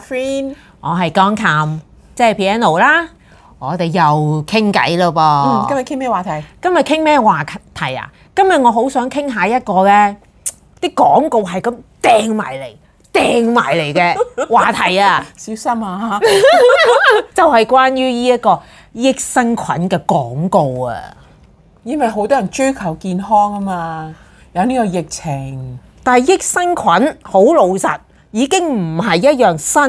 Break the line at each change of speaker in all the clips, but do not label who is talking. friend，
我係鋼琴，即係 piano 啦。我哋又傾偈咯
嗯，今
噃。
日傾咩話題？
今日傾咩話題啊？今日我好想傾下一個咧，啲廣告係咁掟埋嚟、掟埋嚟 嘅話題啊，
小心啊！
就係關於呢一個益生菌嘅廣告啊。
因為好多人追求健康啊嘛，有呢個疫情，
但係益生菌好老實，已經唔係一樣新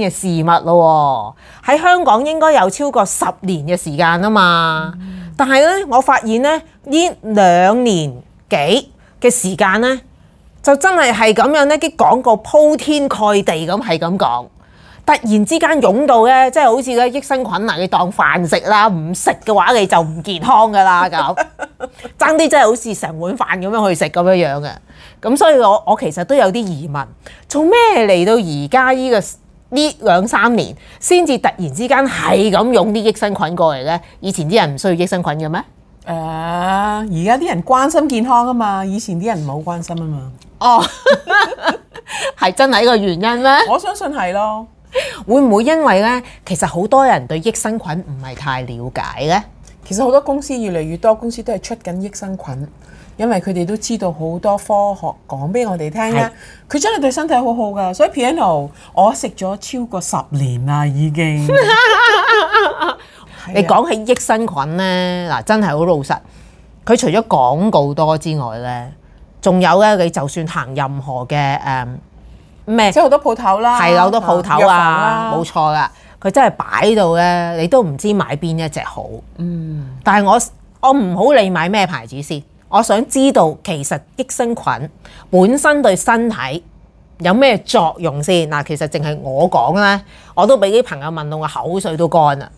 鮮嘅事物咯喎。喺香港應該有超過十年嘅時間啊嘛。但係呢，我發現呢，呢兩年幾嘅時間呢，就真係係咁樣呢啲廣告鋪天蓋地咁係咁講。突然之間湧到咧，即係好似咧益生菌啊，你當飯食啦，唔食嘅話你就唔健康噶啦咁，爭啲真係好似成碗飯咁樣去食咁樣樣嘅。咁所以我我其實都有啲疑問，做咩嚟到而家呢個呢兩三年先至突然之間係咁湧啲益生菌過嚟咧？以前啲人唔需要益生菌嘅咩？
誒、而家啲人關心健康啊嘛，以前啲人唔好關心啊嘛，
哦， 係真係一個原因咩？
我相信係咯。
會唔會因為咧，其實好多人對益生菌唔係太了解咧？
其實好多公司越嚟越多公司都係出緊益生菌，因為佢哋都知道好多科學講俾我哋聽咧，佢真係對身體好好㗎。所以 piano 我食咗超過十年啦，已 經。啊
你講起益生菌呢，嗱真係好老實。佢除咗廣告多之外呢，仲有呢，你就算行任何嘅誒咩
即係好多鋪頭啦，
係有好多鋪頭
藥房
啊，
啦
冇錯啦。佢真係擺到呢，你都唔知買邊一隻好。
嗯，
但係我我唔好理買咩牌子先，我想知道其實益生菌本身對身體有咩作用先嗱。其實淨係我講咧，我都俾啲朋友問到我口水都乾啦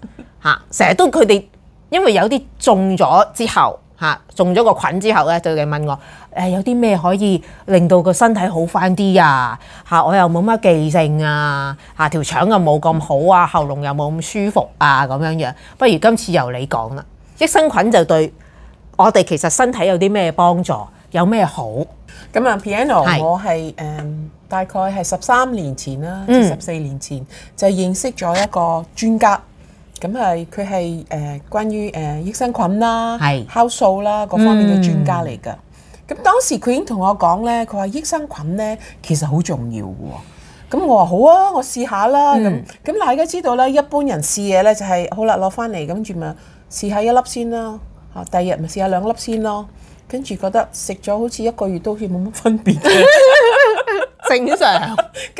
嚇，成日都佢哋因為有啲中咗之後嚇中咗個菌之後咧，就嚟問我誒、有啲咩可以令到個身體好翻啲啊嚇，我又冇乜記性啊嚇，條腸又冇咁好啊，喉嚨又冇咁舒服啊咁樣樣，不如今次由你講啦。益生菌就對我哋其實身體有啲咩幫助，有咩好？
咁啊
係
，piano 我係誒、嗯大概係十三年前啦，至
嗯
十四年前就認識咗一個專家。咁係佢係誒關於誒、呃益生菌啦
係、
酵素啦各方面
嗯
嘅專家嚟㗎。咁、當時佢已經同我講咧，佢話益生菌咧其實好重要嘅喎。咁我話好啊，我試下啦。咁
嗯
咁、大家知道啦，一般人試嘢咧就係、好啦，攞翻嚟跟住咪試下一粒先啦。嚇，第二日咪試下兩粒先咯。跟住覺得食咗好似一個月都好似冇乜分別 嘅。
正常
咁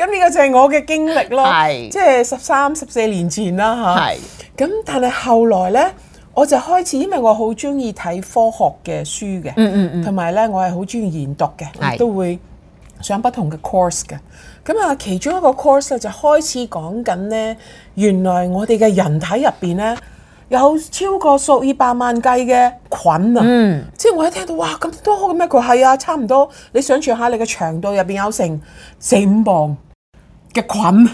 呢個就係我嘅經歷咯
係，
即係十三、十四年前啦嚇。
係
咁但係後來呢，我就開始，因為我好中意睇科學嘅書嘅，
嗯嗯嗯
同埋呢，我係好中意研讀嘅，
係
亦都會上不同嘅 course 嘅。咁啊，其中一個 course 咧就開始講緊呢，原來我哋嘅人體入邊呢，有超過數以百萬計嘅菌啊！
嗯，
即係我一聽到哇咁多嘅咩？佢話係啊，差唔多。你想象下你嘅腸道入邊有成四五磅嘅菌。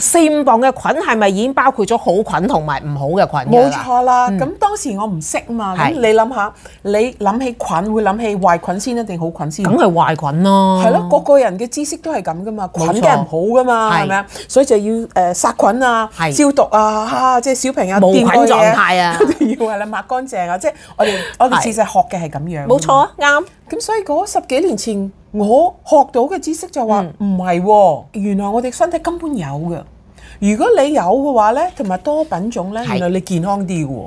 四五磅嘅菌係咪已經包括咗好菌同埋唔好嘅菌㗎
冇
啦？
錯啦，咁、當時我唔識嘛，咁
Dạ, 係
你諗下，你諗起菌會諗起壞菌先定好菌先？
梗係壞菌咯。
係咯，個個人嘅知識都係咁噶嘛，菌
冇錯
梗係唔好噶嘛，
係
係咪啊？所以就要誒、呃、殺菌啊、
係
消毒啊，嚇、即係小朋友
無菌
掂過嘢
狀態 啊
一定要係啦，抹乾淨啊，即係我哋我哋
係
自細學嘅係咁樣。
冇錯啊，啱。
咁所以嗰十幾年前我學到嘅知識就話唔係喎，原來我哋身體根本有嘅。如果你有嘅話呢，同埋多品種呢，
係
原來你健康啲嘅喎。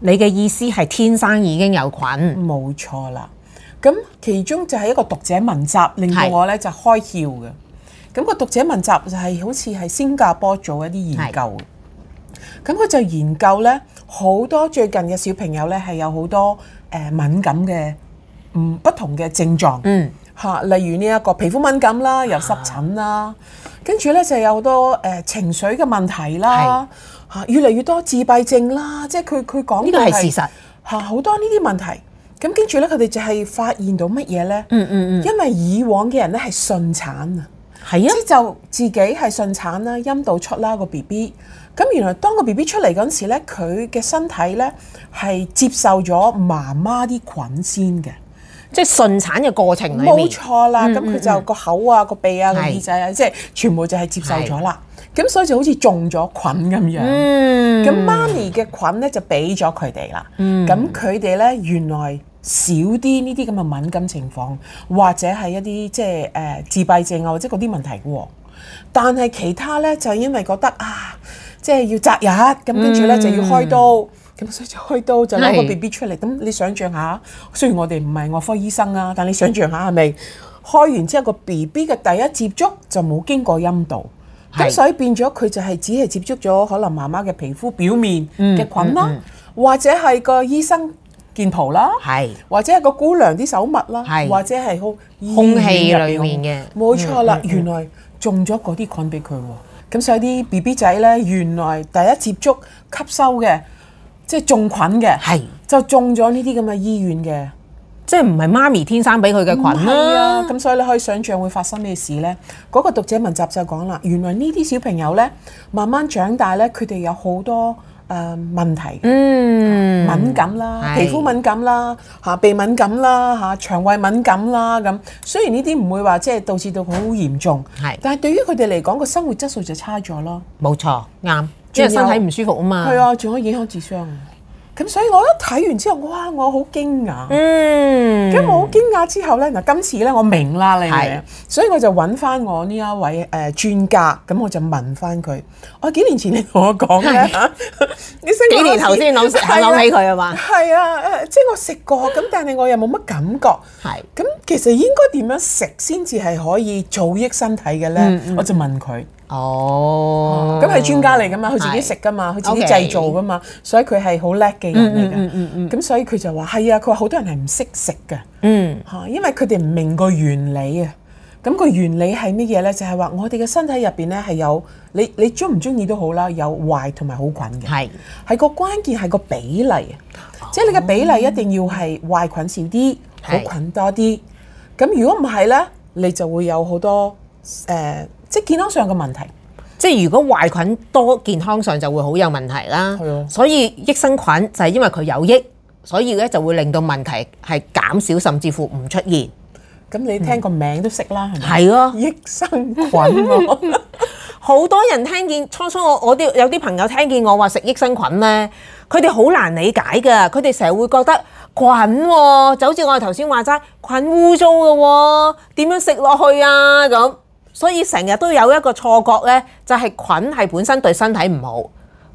你嘅意思係天生已經有菌，
冇錯啦。咁其中就係一個讀者文集，令到
係
我咧就開竅嘅。咁、個讀者文集就係好似係新加坡做一啲研究嘅。咁佢就研究咧好多最近嘅小朋友咧係有好多誒、呃敏感嘅唔不同嘅症狀。
嗯，
嚇，例如呢一個皮膚敏感
啊
啦，又濕疹啦，跟住咧就有好多誒、呃情緒嘅問題啦，嚇越嚟越多自閉症啦，即係佢佢講
呢個
到
係事實。
嚇好多呢啲問題。咁跟住咧，佢哋就係發現到乜嘢咧？
嗯嗯嗯，
因為以往嘅人咧係順產啊，
係
即
啊，
係就自己係順產啦，陰道出啦個 B B。咁原來當個 B B 出嚟嗰陣時咧，佢嘅身體咧係接受咗媽媽啲菌先嘅。
即係順產嘅過程裏
冇
面，嗯
錯啦，咁佢就個口啊、個鼻啊、個
係
耳仔啊，即係全部就係接受咗啦。咁所以就好似中咗菌咁樣。
嗯，
咁媽咪嘅菌咧就俾咗佢哋啦。咁佢哋咧原來少啲呢啲咁嘅敏感情況，或者係一啲即係誒、呃自閉症啊，或者嗰啲問題嘅喎。但係其他咧就因為覺得啊，即係要擇日，咁跟住咧就要開刀。咁所以就開刀就攞個
嗯係
B B 出嚟，咁你想象下，雖然我哋唔係外科醫生啊，但你想象下係咪開完之後個 B B 嘅第一接觸就冇經過陰道，咁
係
所以變咗佢就係只係接觸咗可能媽媽嘅皮膚表面
嗯
嘅菌啦，或者係個醫生件袍啦，
係
或者係個姑娘啲手襪啦，
係
或者係好
空氣裡面嘅嗯
冇錯啦，原來中咗嗰啲菌俾佢喎。咁所以啲 B B 仔呢，原來第一接觸吸收嘅，即係中菌嘅，
係
就中咗呢啲咁嘅醫院嘅。
即係唔係媽咪天生俾佢嘅菌
係啊
啦，，
咁所以你可以想象會發生咩事呢？嗰、個讀者文集就講啦，原來呢啲小朋友呢，慢慢長大呢，佢哋有好多誒、呃、問題嘅。
嗯，
敏感啦，
係
皮膚敏感啦，嚇鼻敏感啦，嚇腸胃敏感啦咁。雖然呢啲唔會話即係導致到好嚴重，
係
但係對於佢哋嚟講，個生活質素就差咗咯。
冇錯，啱，因為身體唔舒服啊嘛，
係啊，仲可以影響智商啊。咁所以我一睇完之後，哇！我好驚訝。
嗯，
咁我好驚訝之後呢，嗱今次呢，我明啦，你
係
明，啊所以我就揾翻我呢一位誒、呃、專家，咁我就問翻佢，我幾年前你同我講嘅， 你識我
幾年
嗰時
頭先諗起
係啦
諗起佢係嘛
係啊，誒即係我食過，咁但係我又冇乜感覺。
係
咁其實應該點樣食先至係可以造益身體嘅呢？我就問佢。
嗯哦，
咁係專家嚟噶嘛，佢自己
係
食噶嘛，佢自己
OK
製造噶嘛，所以佢係好叻嘅人嚟嘅。咁、
嗯嗯嗯
所以佢就話係啊，佢話好多人係唔識食嘅
嗯
嚇，因為佢哋唔明個原理啊。咁個原理係乜嘢呢？就係、話我哋嘅身體入邊呢，係有你你中唔中意都好啦，有壞同埋好菌嘅。
係
係個關鍵係個比例啊，即係你嘅比例一定要係壞菌少啲，
係
好菌多啲。咁如果唔係呢，你就會有好多誒、呃即係健康上嘅問題。
即係如果壞菌多，健康上就會好有問題啦
係啊。
所以益生菌就係因為佢有益，所以咧就會令到問題係減少，甚至乎唔出
嗯
現。
咁你聽個名都識啦，係咪？
係咯，
益生菌喎，
好多人聽見初初我我啲有啲朋友聽見我話食益生菌咧，佢哋好難理解㗎。佢哋成日會覺得菌喎、就好似我哋頭先話齋，菌污糟嘅喎，點樣食落去啊咁。所以成日都有一個錯覺咧，就係、菌係本身對身體唔好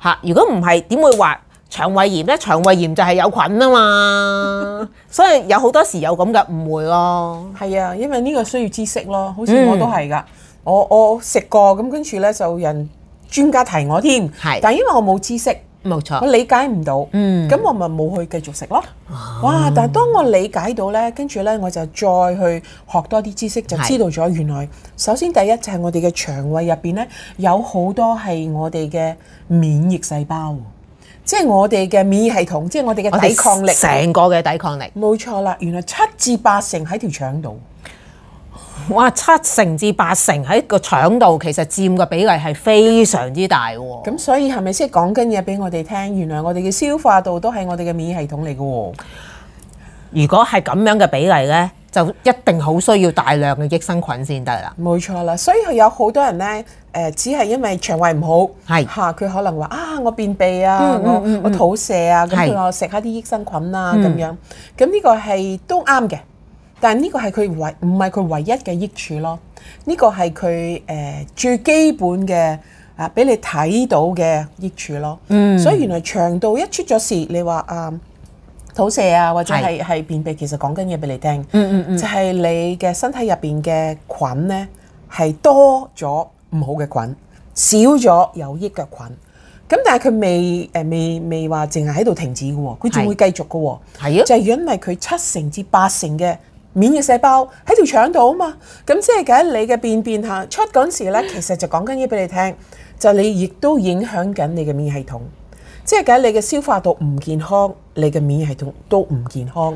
嚇。如果唔係，點會話腸胃炎咧？腸胃炎就係有菌 啊嘛。所以有好多時有咁嘅誤會咯。
係啊，因為呢個需要知識咯，好
嗯
似我都係噶，我我食過咁，跟住呢就人專家提我添，
係
但因為我冇知識，
冇
我
錯，
理解唔到，
嗯哦
咁我咪冇去繼續食咯。哇！但係當我理解到呢，跟住呢我就再去學多啲知識，就
係
知道咗原來首先第一就係我哋嘅腸胃入邊呢，有好多係我哋嘅免疫細胞喎，即係我哋嘅免疫系統，即係我哋
我
嘅
哋
抵抗力。啊
成個嘅抵抗力。
冇錯啦，原來七至八成喺條腸度，
哇，七成至八成喺個腸度，其實佔嘅比例係非常之大喎。
咁所以係咪先講緊嘢俾我哋聽？原來我哋嘅消化道都係我哋嘅免疫系統嚟嘅喎。
如果係咁樣嘅比例呢，就一定好需要大量嘅益生菌先得啦。
冇錯啦，所以佢有好多人呢，誒、只係因為腸胃唔好，
係
嚇佢可能話啊，我便秘啊，
嗯
我、
嗯嗯
我肚瀉啊，咁
係嗯
佢話我食下啲益生菌啊咁、樣，咁呢個係都啱嘅，但係呢個係佢唯唔係佢唯一嘅益處咯，呢、個係佢誒最基本嘅。啊！俾你睇到嘅益處咯，
嗯
所以原來腸道一出咗事，你話啊肚瀉啊，或者係係便秘，其實講緊嘢俾你聽，就係你嘅身體入邊嘅菌呢，係多咗唔好嘅菌，少咗有益嘅菌。咁但係佢未誒未未話淨係喺度停止嘅喎，佢仲會繼續嘅喎。
係啊
就係因為佢七成至八成嘅免疫細胞喺條腸度啊嘛，咁即係喺你嘅便便下出嗰陣時咧，其實就講緊嘢俾你聽，就你亦都影響緊你嘅免疫系統，即係喺你嘅消化道唔健康，你嘅免疫系統都唔健康。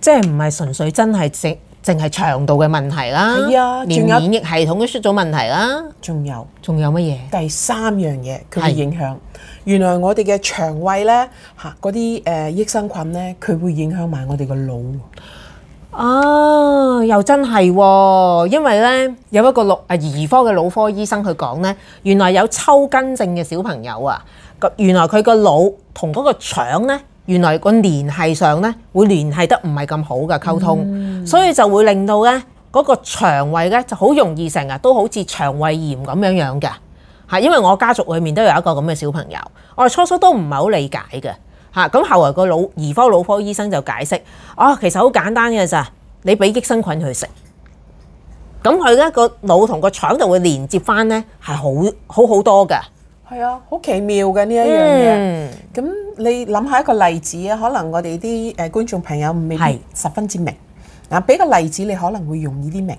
即係唔係純粹真係淨淨係腸道嘅問題啦，
係啊
連
仲有
免疫系統都出咗問題啦，
仲有
仲有乜嘢？
第三樣嘢，佢
係
會影響原來我哋嘅腸胃咧嚇嗰啲誒益生菌咧，佢會影響埋我哋個腦。
啊，又真係喎、因為呢，有一個老啊兒科嘅腦科醫生佢講呢，原來有抽筋症嘅小朋友啊，個原來佢個腦同嗰個腸呢，原來個聯繫上呢會聯繫得唔係咁好嘅溝通，所以就會令到呢嗰、個腸胃呢就好容易成日都好似腸胃炎咁樣樣嘅。嚇，因為我家族裏面都有一個咁嘅小朋友，我哋初初都唔係好理解嘅嚇。咁後來個腦兒科腦科醫生就解釋，哦，其實好簡單嘅咋，你俾益生菌佢食，咁佢咧個腦同個腸就會連接翻咧，係好好好多嘅。
係啊，好奇妙嘅呢一樣嘢。
嗯，
咁你諗下一個例子啊，可能我哋啲誒觀眾朋友未
係
必十分之明。嗱，俾個例子你可能會容易啲明。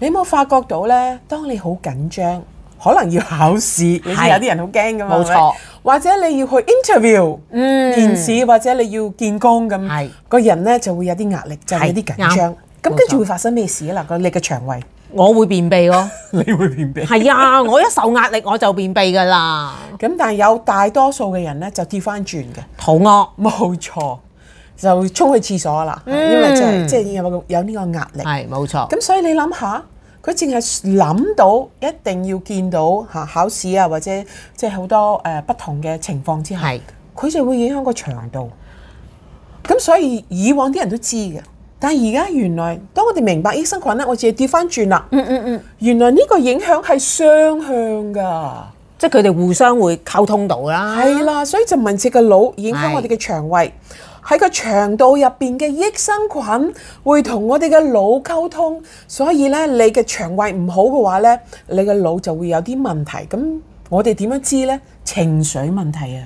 你有冇發覺到呢？當你好緊張，可能要考試，你知
係
有啲人好驚噶嘛，
冇
係咪
錯。
或者你要去 interview
嗯
面試，或者你要見工
係
咁，個人呢就會有啲壓力，就會有啲緊
係啱
張。咁
冇
跟
錯
住會發生咩事啊？嗱，個你嘅 腸胃，
我會便秘咯，
你會便秘。
係啊，我一受壓力我就便秘噶啦，
咁但係有大多數嘅人呢，就跌翻轉嘅。
肚屙
冇錯，就衝去廁所啦，因為即係即係有個有呢個壓力。
嗯係冇錯，
咁所以你諗下，佢淨係諗到一定要見到嚇考試啊，或者即係好多誒、呃不同嘅情況之下
係，
佢就會影響個腸道。咁所以以往啲人都知嘅，但係而家原來當我哋明白益生菌咧，我自己調翻轉啦。
嗯嗯嗯，
原來呢個影響係雙向㗎。
即係佢哋互相會溝通到啦，
係啦，所以就文字嘅腦影響我哋嘅腸胃，喺個腸道入邊嘅益生菌會同我哋嘅腦溝通，所以咧你嘅腸胃唔好嘅話咧，你嘅腦就會有啲問題。咁我哋點樣知咧？情緒問題啊！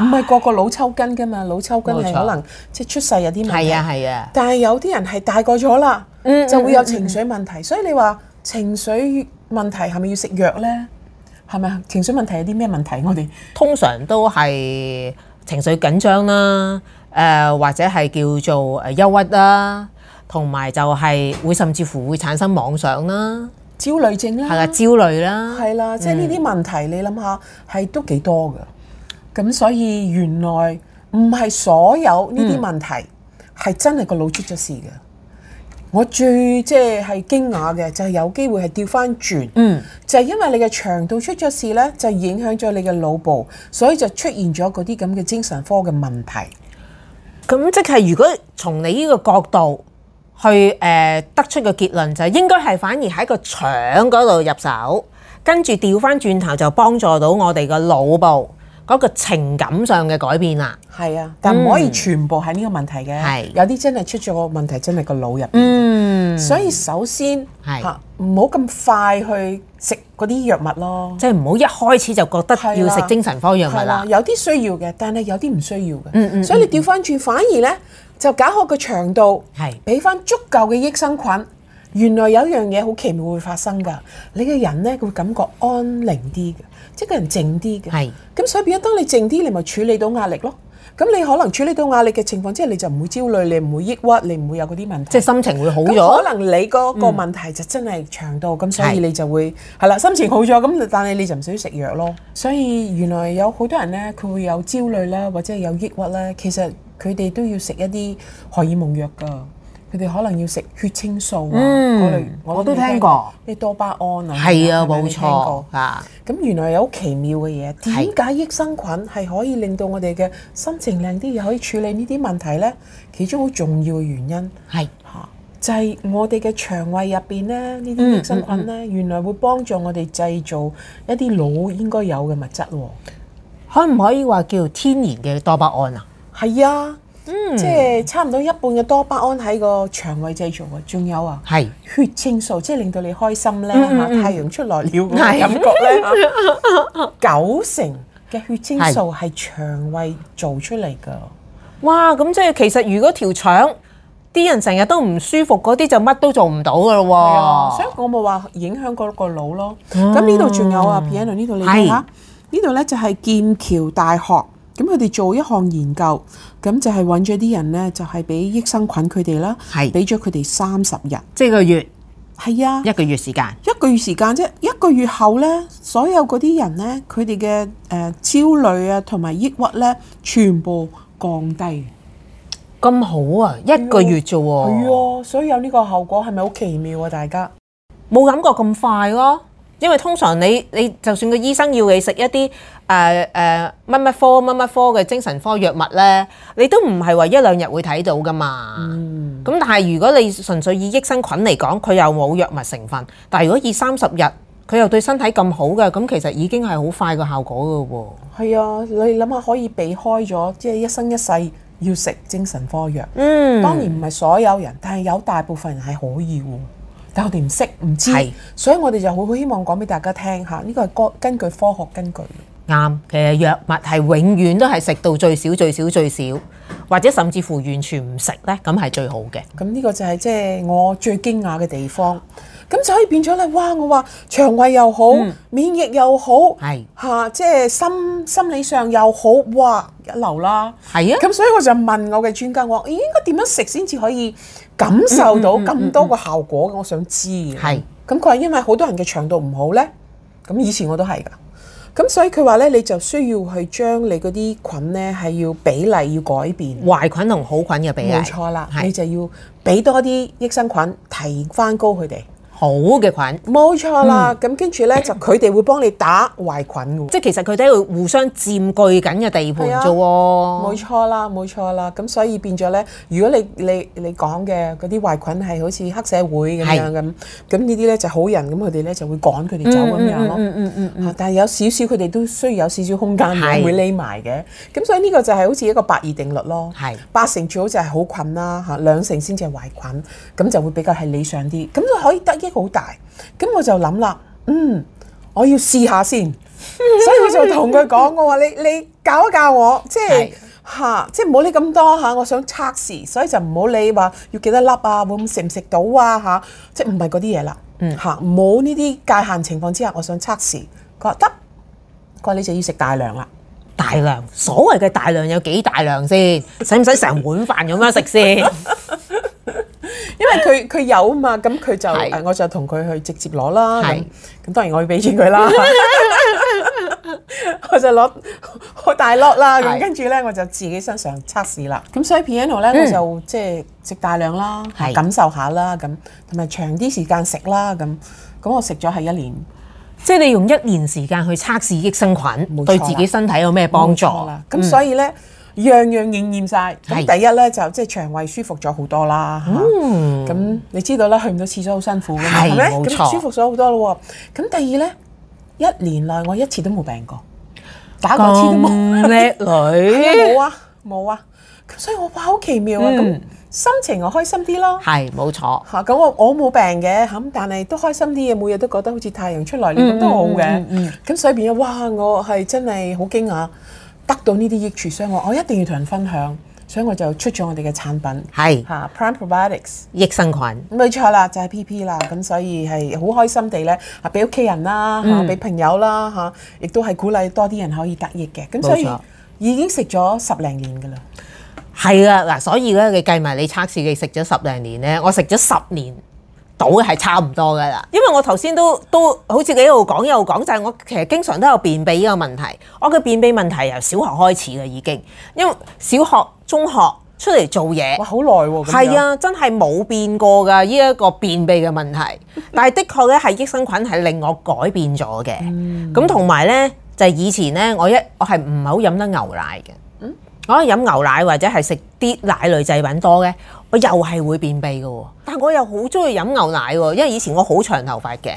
唔係個個腦抽筋噶嘛，腦抽筋
冇
係
錯
可能即係出世有啲問題，
係啊係啊。
但係有啲人係大個咗啦，
嗯
就會有情緒問題。所以你話情緒問題係咪要食藥呢？係咪啊情緒問題有啲咩問題？我哋
通常都係情緒緊張啦，誒、或者係叫做誒憂鬱啦，同埋就係會甚至乎會產生妄想啦，
焦慮症
係啦、嗯
啦，
焦慮啦，
係啦，即係呢啲問題，你諗下係都幾多㗎。咁所以原來唔係所有呢
嗯
啲問題係真係個腦出咗事嘅。我最即係係驚訝嘅就係有機會係調翻轉，
嗯，
就係因為你嘅腸道出咗事呢，就影響咗你嘅腦部，所以就出現咗嗰啲咁嘅精神科嘅問題。
咁即係如果從你呢個角度去誒、得出個結論，就係應該係反而喺個腸嗰度入手，跟住調翻轉頭就幫助到我哋個腦部嗰個情感上嘅改變啦。
係啊，但唔可以全部係呢個問題嘅，
嗯係
有啲真係出咗個問題，真係個腦入邊。
嗯，
所以首先
係
嚇唔好咁快去食嗰啲藥物咯，
即係唔好一開始就覺得要
係
食
啦
精神科藥物
係
啦
啦，。有啲需要嘅，但係有啲唔需要嘅。
嗯嗯
所以你調翻轉，反而呢，就搞好個腸道，
係
俾翻足夠嘅益生菌。原來有樣嘢好奇妙會發生㗎，你嘅人呢，佢會感覺安寧啲嘅，即係個人靜啲嘅。
係
咁所以變咗，當你靜啲，你咪處理到壓力咯。咁你可能處理到壓力嘅情況之下，你就唔會焦慮，你唔會抑鬱，你唔會有嗰啲問題。
即係心情會好
咁
咗。
可能你嗰個問題就真係腸道，咁、所以你就會係啦，心情好咗，咁但係你就唔需要食藥咯。所以原來有好多人呢，佢會有焦慮啦，或者有抑鬱啦，其實佢哋都要食一啲荷爾蒙藥㗎。佢哋可能要食血清素啊，
嗯
嗰類
我都
諗你
聽過
咩多巴胺啊，
係啊，
係咪你
冇
聽過
錯啊，
咁原來有好奇妙嘅
係
嘢，點解益生菌係可以令到我哋嘅心情靚啲，又可以處理呢啲問題呢？其中好重要嘅原因
係
嚇，就係我哋嘅腸胃入邊呢，呢啲益生菌呢，原來會幫助我哋製造一啲腦應該有嘅物質喎。
可唔可以話叫天然嘅多巴胺啊？
係啊，即係差唔多一半嘅多巴胺喺個腸胃製造啊，仲有啊。
係
血清素，即係令到你開心咧
嗯嗯
嚇，
嗯
太陽出來了嗰個
係
感覺咧，九成嘅血清素係腸胃做出嚟㗎。
哇，咁即係其實如果條腸啲人成日都唔舒服，嗰啲就乜都做唔到噶
係啊，
咯
所以我咪話影響嗰個腦咯。咁呢度仲有啊，Piano 呢度你睇
嗯係
下，呢度咧就係劍橋大學。咁佢哋做一項研究，咁就係揾咗啲人咧，就係俾益生菌佢哋啦，
係
俾咗佢哋三十日。
喎，即係個月
係啊，
一個月時間，
一個月時間啫，一個月後呢，所有嗰啲人呢，佢哋嘅誒焦慮啊同埋抑鬱呢，全部降低。
咁好啊，一個月啫喎，
係啊，所以有呢個後果係咪好奇妙啊？大家
冇感覺咁快咯。因為通常你你就算個醫生要你食一啲誒誒乜乜科乜乜科嘅精神科藥物咧，你都唔係話一兩日會睇到噶嘛。咁、但係如果你純粹以益生菌嚟講，佢又冇藥物成分，但係如果以三十日，佢又對身體咁好嘅，咁其實已經係好快個效果噶喎。
係啊，你諗下可以避開咗，即係一生一世要食精神科藥。
嗯，
當然唔係所有人，但係有大部分人係可以喎。但我哋唔識唔
係
知，所以我哋就好希望講俾大家聽下，呢個係科根據科學根據。
啱，其實藥物係永遠都係食到最少最少最少，或者甚至乎完全唔食呢，咁係最好嘅。
咁呢個就係即係我最驚訝嘅地方。咁就可以變咗咧，哇！我話腸胃又好，免疫又好，
嗯係
嚇、即係心心理上又好，哇！一流啦。
係啊，
咁所以我就問我嘅專家，我話咦應該點樣食先至可以感受到
嗯
咁多個效果嘅？我想知嘅。
係
咁佢話因為好多人嘅腸道唔好呢，咁以前我都係㗎。咁所以佢話呢，你就需要去將你嗰啲菌呢係要比例要改變。
壞菌同好菌嘅比例，
冇錯啦，
嗯係
你就要俾多啲益生菌，提翻高佢哋。
好嘅菌，
冇錯
嗯
啦，咁跟住呢，就佢哋會幫你打壞菌嘅喎。
即係其實佢哋喺度互相佔據緊嘅地盤啫
啊冇
喎。
錯啦，冇錯啦，咁所以變咗呢，如果你你你講嘅嗰啲壞菌係好似黑社會咁樣咁，咁呢啲呢就好人，咁佢哋呢就會趕佢哋走咁樣咯。
嗯嗯嗯，
啊但係有少少佢哋都需要有少少空間
係
嘅，會匿埋嘅。咁所以呢個就係好似一個八二定律咯。
係
八成最好就係好菌啦，嚇兩成先至係壞菌，咁就會比較係理想啲。咁就可以得益好大。咁我就諗啦，嗯，我要試下先。 所以我就同佢講，我話你你教一教我，即係
係
嚇，即係唔好理咁多嚇，我想測試，所以就唔好理話要幾多粒啊，會唔會食唔食到啊嚇，即係唔係嗰啲嘢啦，嚇唔好呢啲界限情況之下，我想測試，佢話得，佢話你就要食大量啦，
大量，所謂嘅大量有幾大量先？使唔使成碗飯咁樣食先？
因為佢佢有啊嘛，咁佢就
係
誒我就同佢去直接攞啦，
係
咁咁當然我要俾錢佢啦。 我就攞好大 lot 啦，
係嗯
咁跟住咧我就自己身上測試啦。咁所以 piano 咧我就即係食大量啦
係，
感受下啦，咁同埋長啲時間食啦，咁咁我食咗係一年，
即係你用一年時間去測試益生菌
冇錯啦
對自己身體有咩幫助嗯
冇？錯啦。咁所以咧樣樣應驗晒。咁
係嗯
第一咧就即係腸胃舒服咗好多啦。嚇咁你知道啦，去唔到廁所好辛苦㗎嘛，
係
係咪？
冇錯
咁舒服咗好多咯喎。咁第二咧，一年內我一次都冇病過，打過黐都冇。
咁叻女。
冇啊，冇啊。咁所以我哇好奇妙啊，咁、心情我開心啲咯。
係冇錯，
嚇咁我我冇病嘅，咁但係都開心啲嘅，每日都覺得好似太陽出來了咁都好嘅。咁、所以變咗哇，我係真係好驚訝，得到呢啲益處，所以我我一定要同人分享，所以我就出咗我哋嘅產品
係
嚇、Prime Probiotics。
益生菌。
冇錯啦，就係 PP 啦，咁所以係好開心地咧，啊俾屋企人啦，
嗯
嚇俾朋友啦，嚇亦都係鼓勵多啲人可以得益嘅，咁所以
冇錯
已經食咗十零年㗎啦，
係啊，嗱，所以咧，你計埋你測試你食咗十零年咧，我食咗十年到係差唔多噶啦。因為我頭先都都好似你一路講一路講，就係、我其實經常都有便秘呢個問題。我嘅便秘問題由小學開始嘅已經，因為小學、中學出嚟做嘢
哇，。好耐喎，咁樣
係，啊，真係冇變過㗎，呢一個便秘嘅 問題。但係的確咧，係益生菌係令我改變咗嘅。
嗯
咁同埋咧，就係、以前咧，我一我係唔係好飲得牛奶嘅。
嗯
我飲牛奶或者係食啲奶類製品多咧，我又係會便秘嘅喎。但我又好中意飲牛奶喎，因為以前我好長頭髮嘅，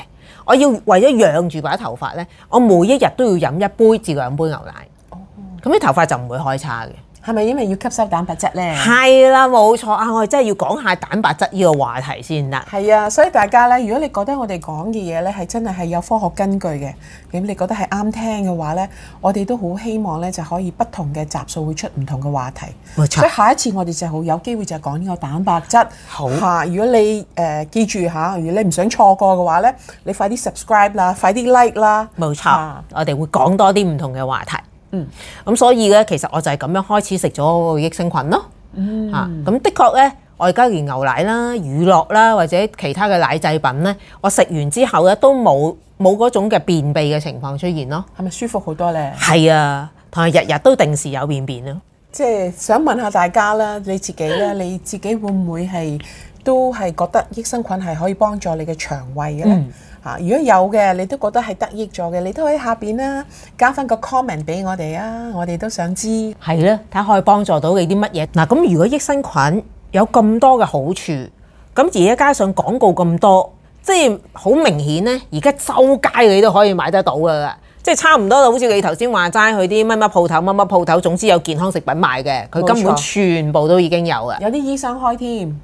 我要為咗養住把頭髮咧，我每一日都要飲一杯至兩杯牛奶。
哦
咁啲頭髮就唔會開叉嘅。
係咪因為要吸收蛋白質咧？
係啦，冇錯啊！我哋真係要講下蛋白質呢個話題先啦。
係啊，所以大家咧，如果你覺得我哋講嘅嘢咧係真係係有科學根據嘅，咁你覺得係啱聽嘅話咧，我哋都好希望咧就可以不同嘅集數會出唔同嘅話題。
冇錯
所以下一次我哋就好有機會就係講呢個蛋白質。
好
嚇如果你誒、呃記住嚇，如果你唔想錯過嘅話咧，你快啲 subscribe 啦，快啲 like 啦。
冇錯，
啊
我哋會講多啲唔同嘅話題。
嗯，
咁所以咧，其實我就係咁樣開始食咗個益生菌咯。嗯，嚇、咁的確咧，我而家連牛奶啦、乳酪啦或者其他嘅奶製品咧，我食完之後咧都冇冇嗰種嘅便秘嘅情況出現咯。
係咪舒服好多咧？
係啊，同埋日日都定時有便便咯。
即係想問下大家啦，你自己咧， 你自己會唔會係都係覺得益生菌係可以幫助你嘅腸胃嘅咧？
嗯
啊，如果有嘅，你都覺得係得益咗嘅，你都喺下邊啦，加翻個 comment 俾我哋啊，我哋都想知。
係啦，睇下可以幫助到你啲乜嘢。嗱，咁如果益生菌有咁多嘅好處，咁而家加上廣告咁多，即係好明顯呢，而家周街你都可以買得到噶啦。即係差唔多啦，好似你頭先話齋，去啲乜乜鋪頭、乜乜鋪頭，總之有健康食品賣嘅，佢根
冇
本
錯
全部都已經有嘅。
有啲醫生開添，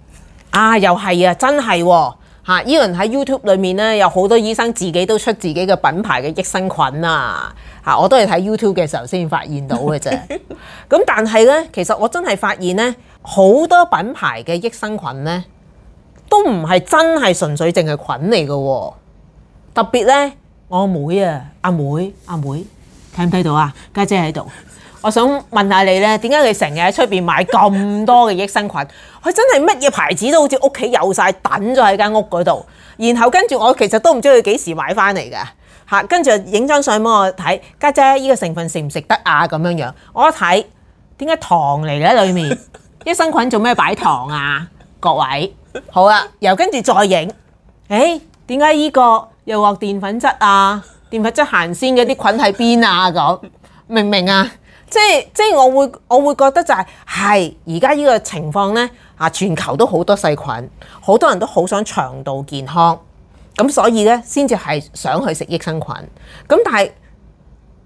啊，又係啊，真係喎、嚇！依輪喺 YouTube 裏面咧，有好多醫生自己都出自己嘅品牌嘅益生菌啊！嚇，我都係睇 YouTube 嘅時候先發現到嘅啫。咁但係呢，其實我真係發現呢，好多品牌嘅益生菌呢，都唔係真係純粹淨係菌嚟嘅喎。特別呢，我妹啊，阿妹，阿妹，睇唔睇到啊？家姐喺度，我想問下你呢，點解你成日喺出邊買咁多嘅益生菌？佢真係乜嘢牌子都好似屋企有晒，等咗喺間屋嗰度。然後跟住我其實都唔知佢幾時買翻嚟㗎。嚇，跟住就影張相俾我睇，家姐呢個成分食唔食得啊？咁樣樣，我一睇點解糖嚟嘅裏面？益生菌做咩擺糖啊？各位，好啊，又跟住再影。誒哎點解依個又話澱粉質啊？澱粉質行先嗰啲菌喺邊啊？咁明唔明啊？即係即係我會我會覺得就係係而家呢個情況呢，啊，全球都好多細菌，好多人都好想腸道健康，咁所以呢，先至係想去食益生菌。咁但係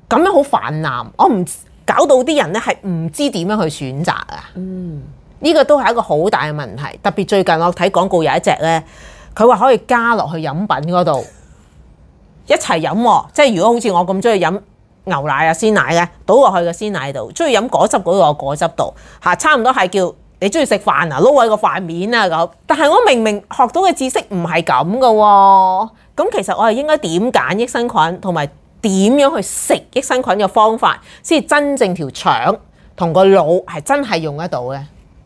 咁樣好泛濫，我唔搞到啲人呢係唔知點樣去選擇啊。呢個都係一個好大嘅問題，特別最近我睇廣告有一隻呢，佢話可以加落去飲品嗰度一齊飲喎，即係如果好似我咁中意飲牛奶啊、鮮奶嘅，倒落去個鮮奶度；中意飲果汁嗰個果汁度，嚇差唔多係叫你中意食飯啊，撈喺個飯面啊咁。但係我明明學到嘅知識唔係咁嘅喎，咁其實我係應該點揀益生菌同埋點樣去食益生菌嘅方法，先至真正條腸同個腦係真係用得到嘅。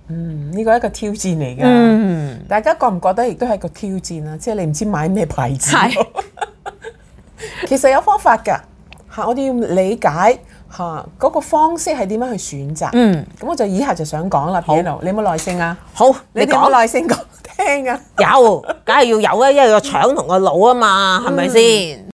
嗯，呢個係一個挑戰嚟㗎。
嗯。
大家覺唔覺得亦都係個挑戰啊？即係你唔知買咩牌子。
係
其實有方法㗎嚇，我哋要理解嚇嗰、個方式係點樣去選擇。
嗯，
咁我就以下就想講啦 p i a n o 你有冇耐性啊？
好，你
你哋有冇
講
耐性講 聽啊？
有，梗係要有啊，因為個腸同個腦啊嘛，係咪先？